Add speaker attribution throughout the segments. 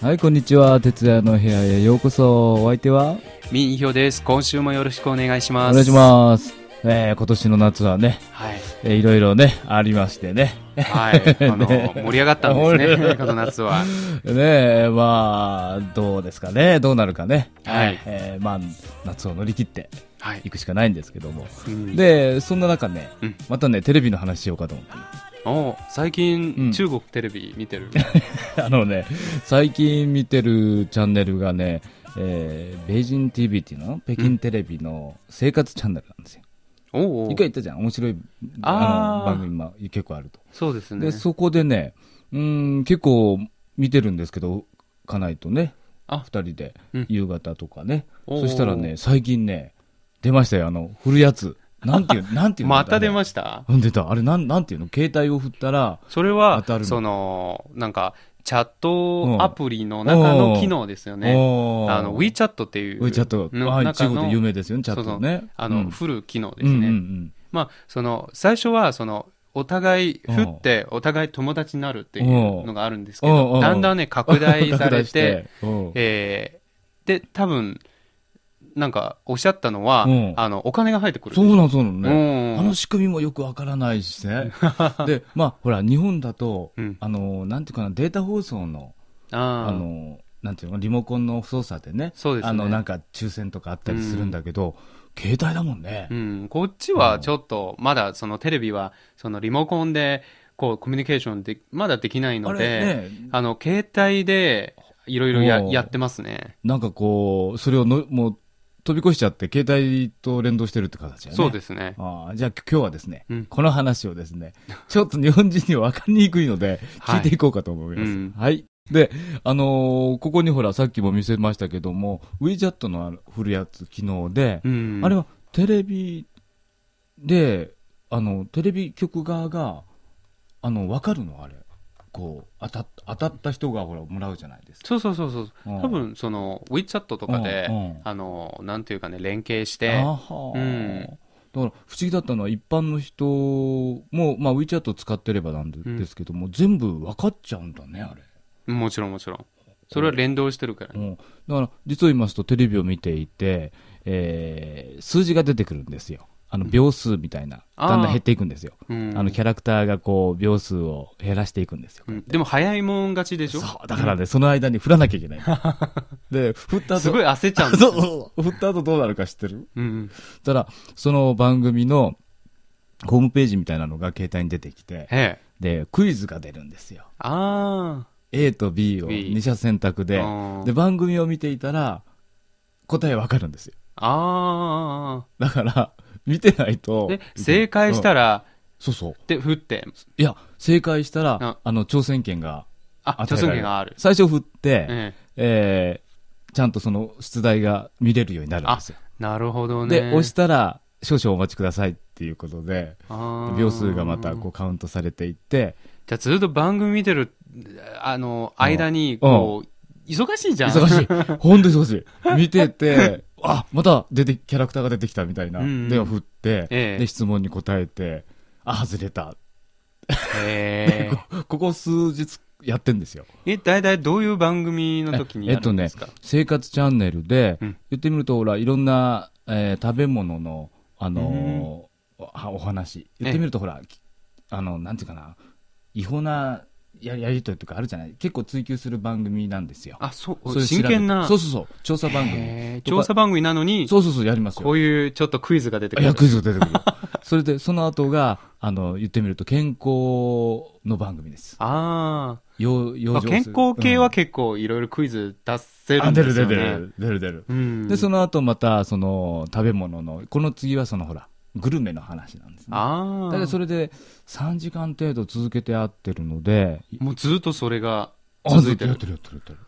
Speaker 1: はい、こんにちは。徹夜の部屋へようこそ。お相手は
Speaker 2: ミンヒョです。今週もよろしくお願いします。
Speaker 1: お願いします。えー、今年の夏はね、
Speaker 2: はい。
Speaker 1: えーいろいろね、ありまして ね。
Speaker 2: はい。あの、盛り上がったんです
Speaker 1: 盛り上 が
Speaker 2: ね。
Speaker 1: っ
Speaker 2: この夏は。
Speaker 1: ねえ、まあ、どうですかね。どうなるかね。
Speaker 2: はい
Speaker 1: えーまあ、夏を乗り切って
Speaker 2: はいい。
Speaker 1: くしかないんですけども。
Speaker 2: うん、
Speaker 1: で、そんな中ね、
Speaker 2: うん
Speaker 1: またね、テレビの話しようかと思って。
Speaker 2: お最近、
Speaker 1: うん
Speaker 2: 中国テレビ見て る。
Speaker 1: あのね、最近見てるチャンネルがね、えー、北京 TV っていうの北京テレビの生活チャンネルなんですよ。
Speaker 2: おうおう
Speaker 1: 一回言ったじゃん、面白いあの
Speaker 2: あー
Speaker 1: 番組も結構あると。
Speaker 2: そうですね
Speaker 1: で、。そこでね、うーん、結構見てるんですけど、家内とね、
Speaker 2: あ、
Speaker 1: 二人で
Speaker 2: うん
Speaker 1: 夕方とかね、
Speaker 2: おー
Speaker 1: そしたらね、最近ね、出ましたよ、あの、振るやつ。なんて いう、なんていうの
Speaker 2: また出
Speaker 1: し
Speaker 2: ました
Speaker 1: た。出た。あれ、なん、なんていうの携帯を振ったら、
Speaker 2: それ
Speaker 1: 当
Speaker 2: は
Speaker 1: たる、の
Speaker 2: その、なんか、チャッ
Speaker 1: うん
Speaker 2: トアプリの中の機能ですよね。
Speaker 1: おー
Speaker 2: あの、WeChat っていう。
Speaker 1: WeChat
Speaker 2: の
Speaker 1: はい
Speaker 2: 中
Speaker 1: 中
Speaker 2: の
Speaker 1: 国で有名ですよね、チャットね
Speaker 2: そうそう。あ
Speaker 1: うん
Speaker 2: の、フル機能です
Speaker 1: うんうんう
Speaker 2: ね。
Speaker 1: ん
Speaker 2: まあ、その、最初は、その、お互い、振って、お互い友達になるっていうのがあるんですけ
Speaker 1: うんうん
Speaker 2: ど、だんだんね、拡大さ
Speaker 1: 拡
Speaker 2: れ、、
Speaker 1: 大してうん
Speaker 2: えーで、多分、なんか、おっしゃったのは
Speaker 1: うん、
Speaker 2: あの、お金が入ってくる。
Speaker 1: そうなんそうなのね。
Speaker 2: うん
Speaker 1: あの仕組みもよくわからないし ね。で、まあ、ほら、日本だと、
Speaker 2: うん
Speaker 1: あの、なんていうかな、データ放送の、あ
Speaker 2: あー
Speaker 1: の、なんていうの、リモコンの操作でね、
Speaker 2: そうですね
Speaker 1: あの、なんか抽選とかあったりするんだけど、携帯だもんね
Speaker 2: う。ん、こっちはちょっと、まだそのテレビは、そのリモコンで、こう、コミュニケーションで、まだできない
Speaker 1: あ
Speaker 2: の
Speaker 1: れね、
Speaker 2: で、あの、携帯で、いろいろや
Speaker 1: おー
Speaker 2: やってますね。
Speaker 1: なんかこう、それをのもう飛び越しちゃって、携帯と連動してるって形だね。。
Speaker 2: そうですすね。
Speaker 1: ああじゃあ今日はですね、
Speaker 2: うん
Speaker 1: この話をですね、ちょっと日本人には分かりにくいので、
Speaker 2: は
Speaker 1: 聞
Speaker 2: い
Speaker 1: いていこうかと思います。はい。
Speaker 2: うん
Speaker 1: で、あのーここにほら、さっきも見せましたけども、WeChat のあの振るやつ機能で、
Speaker 2: うん。
Speaker 1: あれはテレビで、あの、テレビ局側が、あの、分かるのあれ。こう、当たっ当たった人がほら、もらうじゃないですか。
Speaker 2: そうそうそうそう。
Speaker 1: うん
Speaker 2: 多分、その、WeChat とかで
Speaker 1: うんうん、
Speaker 2: あの、なんていうかね、連携して
Speaker 1: あ、はあ
Speaker 2: うん
Speaker 1: だから不思議だったのは一般の人も、まあ、WeChat を使ってればなんで,、
Speaker 2: ん
Speaker 1: すけども全部分かっちゃうんだねあれ、
Speaker 2: もちろんもちろん。それは連動してるから
Speaker 1: う
Speaker 2: ね。
Speaker 1: ん、だから実を言いますとテレビを見ていて、えー数字が出てくるんですよあの秒数みたいな、
Speaker 2: あー
Speaker 1: だんだん減っていくんですよ、
Speaker 2: うん
Speaker 1: あのキャラクターがこう秒数を減らしていくんですよ、
Speaker 2: うんでも、早いもん勝ちでしょ
Speaker 1: そうだからね、その間に振らなきゃいけ ないで振った後
Speaker 2: すごい焦っちゃうんです
Speaker 1: そう
Speaker 2: よ。
Speaker 1: そう振った後どうなるか知ってる
Speaker 2: うん。
Speaker 1: たら、その番組のホームページみたいなのが携帯に出てきて、
Speaker 2: へえ。
Speaker 1: で、クイズが出るんですよ。
Speaker 2: あ
Speaker 1: A と B を
Speaker 2: B
Speaker 1: 2社選択で
Speaker 2: あ、ー
Speaker 1: で、番組を見ていたら、答えわかるんですよ。
Speaker 2: あ。あ
Speaker 1: だから、見てない
Speaker 2: あ。
Speaker 1: と。
Speaker 2: で、正解し
Speaker 1: ら、
Speaker 2: たら、
Speaker 1: そうそう。
Speaker 2: で、振って、
Speaker 1: いや、正解したら、
Speaker 2: あ
Speaker 1: あの、挑戦権が
Speaker 2: あ、
Speaker 1: 与
Speaker 2: 著
Speaker 1: えられる。
Speaker 2: 存権がある。
Speaker 1: 最初振って、
Speaker 2: ええ
Speaker 1: えーちゃんとその出題が見れるようになるんですよ。
Speaker 2: なるほどね。
Speaker 1: で、押したら、少々お待ちくださいっていうことで、
Speaker 2: あー
Speaker 1: 秒数がまたこうカウントされていって、
Speaker 2: じゃあずっと番組見てる、あの、
Speaker 1: うん
Speaker 2: 間に、こう、忙しいじゃん。
Speaker 1: 忙しい。ほんと忙 しい。見てて、あ、また出て、キャラクターが出てきたみたいな。
Speaker 2: うんうん
Speaker 1: で、振って、
Speaker 2: ええ
Speaker 1: で、質問に答えて、あ、外れた。
Speaker 2: へえ。
Speaker 1: ここ数日やってんですよ。
Speaker 2: え、大体どういう番組の時に
Speaker 1: え
Speaker 2: や
Speaker 1: っと
Speaker 2: るんで
Speaker 1: ね
Speaker 2: すか、
Speaker 1: 生活チャンネルで、
Speaker 2: うん
Speaker 1: 言ってみると、ほら、いろんな、えー食べ物の、あのーはお話。言ってみると、ほら、きあの、なんていうかな、違法なややりとりとかあるじゃない結構追求する番組なんですよ。
Speaker 2: あ、そ
Speaker 1: そういう
Speaker 2: う、
Speaker 1: 調べ
Speaker 2: 真剣な
Speaker 1: そう。そうそう、調査番
Speaker 2: へ
Speaker 1: 組
Speaker 2: ー
Speaker 1: とか。
Speaker 2: 調査番組なのに、
Speaker 1: そうそうそう、やりますよ
Speaker 2: こ。ういうちょっとクイズが出てく
Speaker 1: い
Speaker 2: る
Speaker 1: や、。クイズが出てくる。それで、その後が、あの、言ってみると、健康の番組です。
Speaker 2: あ
Speaker 1: よ
Speaker 2: ー
Speaker 1: 養
Speaker 2: ま
Speaker 1: 生
Speaker 2: あ。
Speaker 1: する
Speaker 2: 健康系
Speaker 1: う
Speaker 2: は
Speaker 1: ん
Speaker 2: 結構いろいろクイズ出せる
Speaker 1: あ
Speaker 2: ん
Speaker 1: 出
Speaker 2: で
Speaker 1: る
Speaker 2: す
Speaker 1: 出
Speaker 2: よ
Speaker 1: る
Speaker 2: ね。
Speaker 1: 出る出る出る。
Speaker 2: うん。
Speaker 1: で、その後また、その、食べ物の、この次はその、ほら、グルメの話なんですね。
Speaker 2: あ
Speaker 1: だ
Speaker 2: あ。
Speaker 1: からそれで、3時間程度続けて会ってるので、
Speaker 2: もうずっとそれが
Speaker 1: あ
Speaker 2: 続いて
Speaker 1: やっ
Speaker 2: る。
Speaker 1: てるやってるやってる。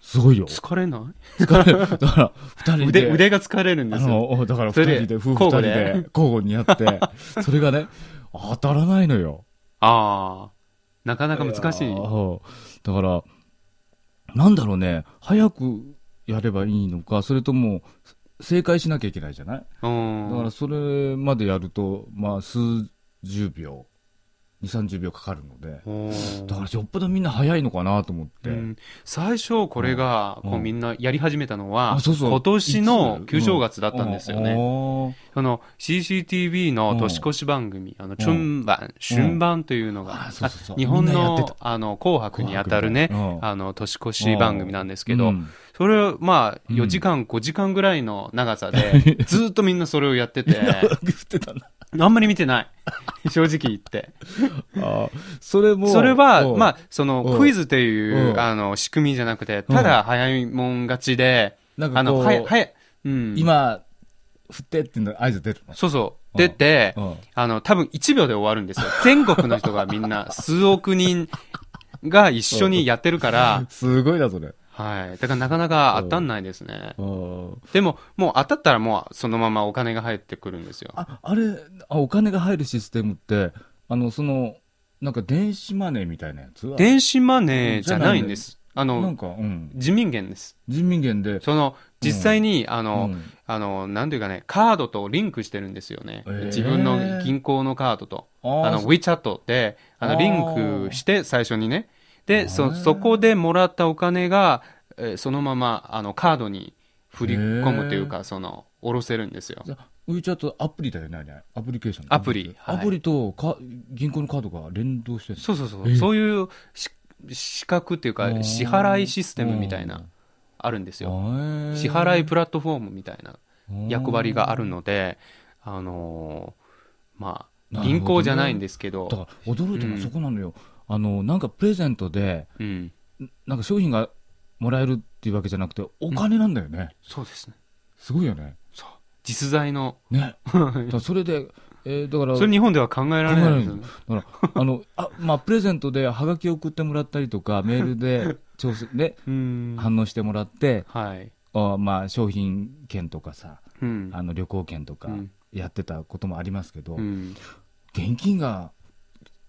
Speaker 1: すごいよ。
Speaker 2: 疲れな
Speaker 1: 疲れる。だから、二
Speaker 2: い
Speaker 1: 人で。
Speaker 2: 腕、腕が疲れるん
Speaker 1: あ
Speaker 2: ですよ。
Speaker 1: の、だから
Speaker 2: それ
Speaker 1: 二人
Speaker 2: で
Speaker 1: で、夫婦二
Speaker 2: 交
Speaker 1: 人
Speaker 2: 互
Speaker 1: で
Speaker 2: で
Speaker 1: 交互にや って、それがね、当たらないのよ。
Speaker 2: ああ。なかなか難しい
Speaker 1: や。ーだから、なんだろうね、早くやればいいのか、それとも、正解しなきゃいけないじゃない、
Speaker 2: うん
Speaker 1: だからそれまでやると、まあ、数十秒2、30秒かかるので、
Speaker 2: おー
Speaker 1: だからよっぽどみんな早いのかなと思って。
Speaker 2: うん最初これが、
Speaker 1: うん
Speaker 2: こうみんなやり始めたのは、
Speaker 1: あそうそう
Speaker 2: 今年
Speaker 1: い
Speaker 2: の
Speaker 1: つ
Speaker 2: 旧正月だったんですよね。
Speaker 1: ね。
Speaker 2: その CCTV の年越し番組、あの、春晩、春晩というのが
Speaker 1: あ、そうそうそう
Speaker 2: あ日本
Speaker 1: みんなやって
Speaker 2: の
Speaker 1: た、
Speaker 2: あの、紅白にあたるね、
Speaker 1: 紅白みたいな
Speaker 2: あの、年越し番組なんですけど、
Speaker 1: うん
Speaker 2: それを、まあ、
Speaker 1: うん
Speaker 2: 4時間、5時間ぐらいの長さ で、ずーっとみんなそれをやってて、
Speaker 1: 振ってたな。
Speaker 2: あんまり見てない。正直言って。
Speaker 1: あそれも。
Speaker 2: それは、ま
Speaker 1: あ、
Speaker 2: あ、その、
Speaker 1: うん
Speaker 2: クイズっていうう、
Speaker 1: ん
Speaker 2: あの、仕組みじゃなくて、ただ、早いもん勝ちで、
Speaker 1: なん
Speaker 2: あ
Speaker 1: か
Speaker 2: の、
Speaker 1: こう、
Speaker 2: はい、はい、うん。、
Speaker 1: 今、振ってっていうの合図出るの。
Speaker 2: そうそう
Speaker 1: ん
Speaker 2: う、出て
Speaker 1: うん、
Speaker 2: あの、多分1秒で終わる んですよ。全国の人がみんな、数億人が一緒にやってるから、
Speaker 1: すごいな、それ。
Speaker 2: はい。だからなかなか当たんないですね。
Speaker 1: うん
Speaker 2: でも、もう当たったらもう、そのままお金が入ってくるんですよ。
Speaker 1: あ、あれ、あ、お金が入るシステムって、あの、その、なんか電子マネーみたいなやつ
Speaker 2: 電子マネーじゃないんです。あ
Speaker 1: なん
Speaker 2: の、
Speaker 1: か、うん。
Speaker 2: 人民元です。
Speaker 1: 人民元で、
Speaker 2: その、実際に、あ
Speaker 1: う
Speaker 2: の、
Speaker 1: ん、
Speaker 2: あの、なんていうかね、カードとリンクしてるんですよね。
Speaker 1: へー
Speaker 2: 自分の銀行のカードと。
Speaker 1: あ
Speaker 2: あ
Speaker 1: ー
Speaker 2: の、
Speaker 1: そ
Speaker 2: WeChat で、あ
Speaker 1: あ
Speaker 2: の、
Speaker 1: ー
Speaker 2: リンクして、最初にね。で、
Speaker 1: へ
Speaker 2: そ、
Speaker 1: ー
Speaker 2: そこでもらったお金が、えーそのまま、あの、カードに振り込むというか、その、下ろせるんですよ。
Speaker 1: じゃあ、ウィーチャートアプリだよね、あれアプリケーション。
Speaker 2: アプリはい
Speaker 1: アプリとか銀行のカードが連動してる
Speaker 2: そうそうそ
Speaker 1: え
Speaker 2: う。
Speaker 1: ー
Speaker 2: そういうし、資格ってい
Speaker 1: あ
Speaker 2: うか、
Speaker 1: ー
Speaker 2: 支払いシステムみたいな、あるんですよ。
Speaker 1: の
Speaker 2: 支払いプラットフォームみたいな役割があるので、あのーまあ、
Speaker 1: なるほどね
Speaker 2: 銀行じゃないんですけど、
Speaker 1: だから驚いたの
Speaker 2: う
Speaker 1: は
Speaker 2: ん
Speaker 1: そこなのよ、あのなんかプレゼントで
Speaker 2: うん。
Speaker 1: なんか商品がもらえるっていうわけじゃなくてお金なんだよね、
Speaker 2: そうですね。
Speaker 1: すごいよね
Speaker 2: そう。実在の。
Speaker 1: ねだからそれで、えーだから
Speaker 2: それ日本では考えられないですよね。
Speaker 1: だからあのあ、まあ、プレゼントではがきを送ってもらったりとかメールで調整、ね、
Speaker 2: うん。
Speaker 1: 反応してもらって
Speaker 2: はい。
Speaker 1: あ、まあ、商品券とかさ
Speaker 2: うん。
Speaker 1: あの旅行券とか
Speaker 2: うん
Speaker 1: やってたこともありますけど、
Speaker 2: うん
Speaker 1: 現金が、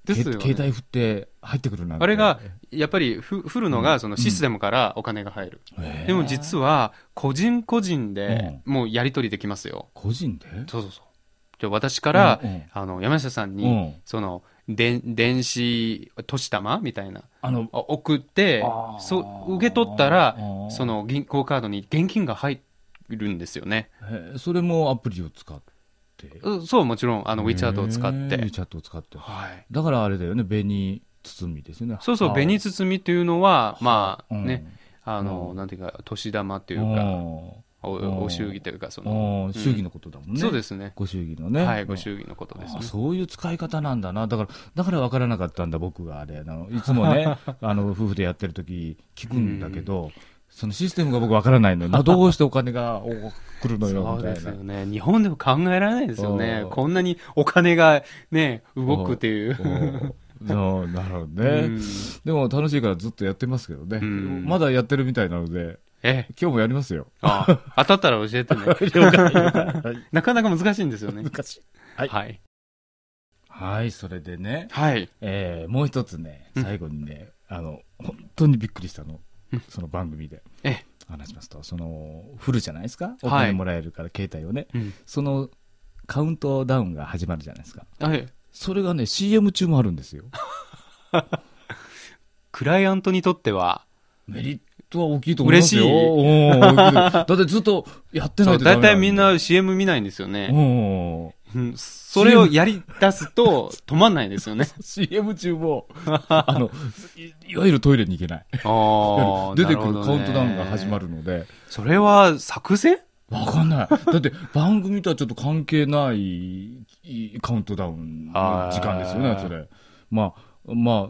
Speaker 2: で
Speaker 1: け
Speaker 2: すよ
Speaker 1: 携
Speaker 2: ね。
Speaker 1: 帯振って入ってくるなんて
Speaker 2: あれが、やっぱりふ、振るのが、そのシステムからお金が入る。
Speaker 1: えー
Speaker 2: でも実は、個人個人で、もうやり取りできますよ。
Speaker 1: 個人で
Speaker 2: そうそうそう。じゃあ私から
Speaker 1: うんうん、
Speaker 2: あの、山下さん
Speaker 1: う
Speaker 2: に、
Speaker 1: ん
Speaker 2: その、で電子、年玉みたいな、
Speaker 1: あの
Speaker 2: あ送って
Speaker 1: あ、ー
Speaker 2: そう、受け取ったら
Speaker 1: あ、ー
Speaker 2: その銀行カードに現金が入るんですよね。
Speaker 1: えーそれもアプリを使って
Speaker 2: うんそう、もちろん、あの、WeChat を使っ
Speaker 1: ウィ
Speaker 2: て。
Speaker 1: チャットを使って
Speaker 2: はい。
Speaker 1: だからあれだよね紅包みですよね
Speaker 2: そうそう、紅包みっていうのは、まあ、ね、あ
Speaker 1: う
Speaker 2: の、
Speaker 1: ん
Speaker 2: なんていうか、年玉って
Speaker 1: て
Speaker 2: いうか、
Speaker 1: かうん
Speaker 2: お、お祝儀というか、その、
Speaker 1: 祝儀
Speaker 2: の
Speaker 1: のことだもんね
Speaker 2: そうですすね。
Speaker 1: ご祝儀のね
Speaker 2: はい、ご
Speaker 1: 儀
Speaker 2: 祝儀のことですね。
Speaker 1: そういう使い方なんだな、だから、だから分からなかったんだ、僕があれ、あのいつも ねあの、夫婦でやってる時聞くんだけど、そのシステムが僕分からないのよ、などうしてお金がお来るのよ
Speaker 2: そう
Speaker 1: みた
Speaker 2: で
Speaker 1: い
Speaker 2: す
Speaker 1: な
Speaker 2: よ。ね。日本でも考えられないですよね
Speaker 1: う。ん
Speaker 2: こんなにお金がね、動くっていう。
Speaker 1: おそうなるほどね、
Speaker 2: うん
Speaker 1: でも楽しいからずっとやってますけどね、
Speaker 2: うん
Speaker 1: まだやってるみたいなので、
Speaker 2: ええ、
Speaker 1: 今日もやりますよ。
Speaker 2: あ当たったら教え てね。なかなか難しいんですよね。
Speaker 1: はい
Speaker 2: はい。
Speaker 1: はい、それでね、
Speaker 2: はい。
Speaker 1: えーもう一つね、
Speaker 2: うん
Speaker 1: 最後にね、あの本当にびっくりしたの
Speaker 2: うん、
Speaker 1: その番組で
Speaker 2: ええ
Speaker 1: 話しますと、そのフルじゃないですか、お
Speaker 2: は
Speaker 1: 金
Speaker 2: い
Speaker 1: もらえるから、携帯をね、
Speaker 2: うん
Speaker 1: そのカウントダウンが始まるじゃないですか、
Speaker 2: はい。
Speaker 1: それがね、CM 中もあるんですよ。
Speaker 2: クライアントにとっては、
Speaker 1: メリットは大きいと思いますよ。
Speaker 2: 嬉しい
Speaker 1: うん大きいだってずっとやってな
Speaker 2: そ、
Speaker 1: いうとダ
Speaker 2: 大
Speaker 1: メだ
Speaker 2: 体みん、な CM 見ないんですよね。
Speaker 1: うん
Speaker 2: うんそれをやり出すと止まんないです よね。
Speaker 1: CM 中 も、あの、いいわゆるトイレに行けない。
Speaker 2: あ あ、
Speaker 1: 出てくるカウントダウンが始ま
Speaker 2: る
Speaker 1: るので、
Speaker 2: ほどね。それは作戦
Speaker 1: わかんない。だって番組とはちょっと関係ないいカウントダウンの時間ですよ
Speaker 2: あ
Speaker 1: ね、
Speaker 2: ー
Speaker 1: それ。まあ、まあ、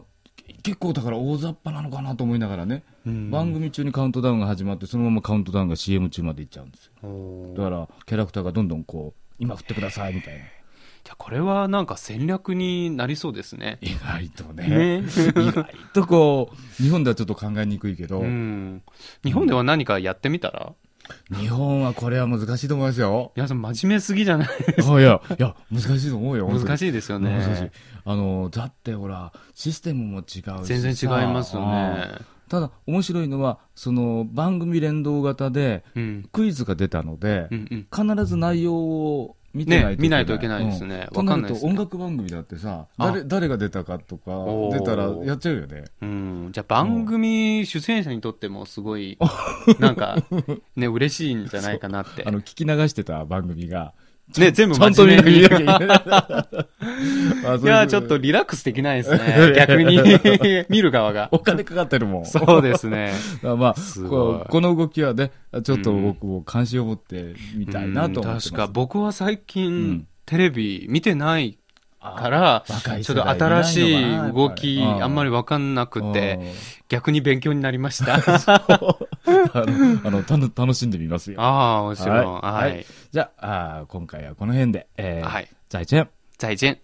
Speaker 1: 結構だから大雑把なのかなと思いながらね、番組中にカウントダウンが始まって、そのままカウントダウンが CM 中まで行っちゃうんですよ。
Speaker 2: お
Speaker 1: だ
Speaker 2: ー
Speaker 1: から、キャラクターがどんどんこう、今振ってくださいみたいな。
Speaker 2: じゃあこれはなんか戦略になりそうですね。
Speaker 1: 意外とね。
Speaker 2: ね。
Speaker 1: 意外とこう、日本ではちょっと考えにくいけど、
Speaker 2: うん。日本では何かやってみたら
Speaker 1: 日本はこれは難しいと思いますよ。
Speaker 2: 皆さん真面目すぎじゃない
Speaker 1: あ いや、いや、難しいと思うよ。
Speaker 2: 難
Speaker 1: い
Speaker 2: しいですよね。
Speaker 1: 難しい。あの、だってほら、システムも違うしさ。
Speaker 2: 全然違いますよ
Speaker 1: あ
Speaker 2: ね。
Speaker 1: ー。ただ、面白いのは、その、番組連動型で、
Speaker 2: うん。
Speaker 1: クイズが出たので
Speaker 2: う、んうん。
Speaker 1: 必ず内容を見てな
Speaker 2: ね
Speaker 1: い、といけない。
Speaker 2: 見ないといけないですね。
Speaker 1: う
Speaker 2: わ
Speaker 1: ん
Speaker 2: かんない
Speaker 1: となる
Speaker 2: です
Speaker 1: と音
Speaker 2: ね。
Speaker 1: 楽番組だってさ、
Speaker 2: あ
Speaker 1: 誰誰が出たかとか
Speaker 2: お
Speaker 1: 出
Speaker 2: ー
Speaker 1: たらやっちゃうよね。
Speaker 2: うん。じゃあ番組出演者にとってもすごい、なんか、ね、嬉しいんじゃないかなって
Speaker 1: あ。の、聞き流してた番組が。
Speaker 2: ね、全部
Speaker 1: ちゃんと
Speaker 2: 真
Speaker 1: 見な
Speaker 2: 面
Speaker 1: きゃ
Speaker 2: 目
Speaker 1: い
Speaker 2: に。
Speaker 1: けない。 あ
Speaker 2: いや、ちょっ。
Speaker 1: そ
Speaker 2: と
Speaker 1: うう
Speaker 2: リラックスできないで すね。逆に、見る側が。
Speaker 1: お金かかってるもん。
Speaker 2: そうですね。
Speaker 1: あまあ
Speaker 2: すごい
Speaker 1: こう、この動きはね、ちょっと僕も関心を持ってみたいなと思ってます。
Speaker 2: うん確か、僕は最近、
Speaker 1: うん
Speaker 2: テレビ見てない
Speaker 1: あ
Speaker 2: から、
Speaker 1: 若い
Speaker 2: ちょ
Speaker 1: 世
Speaker 2: っ
Speaker 1: 代見ない
Speaker 2: と
Speaker 1: のかな
Speaker 2: 新し
Speaker 1: やっぱ
Speaker 2: い
Speaker 1: り
Speaker 2: 動き、
Speaker 1: うん
Speaker 2: あんまりわかんなく
Speaker 1: う
Speaker 2: て、
Speaker 1: ん
Speaker 2: 逆に勉強になり ました。
Speaker 1: あの、あのたの楽しんでみますよ。
Speaker 2: ああ、面白い。
Speaker 1: はい
Speaker 2: はい。
Speaker 1: じゃあ、あー今回はこの辺で、えー、
Speaker 2: はい。
Speaker 1: 再见。
Speaker 2: 再见。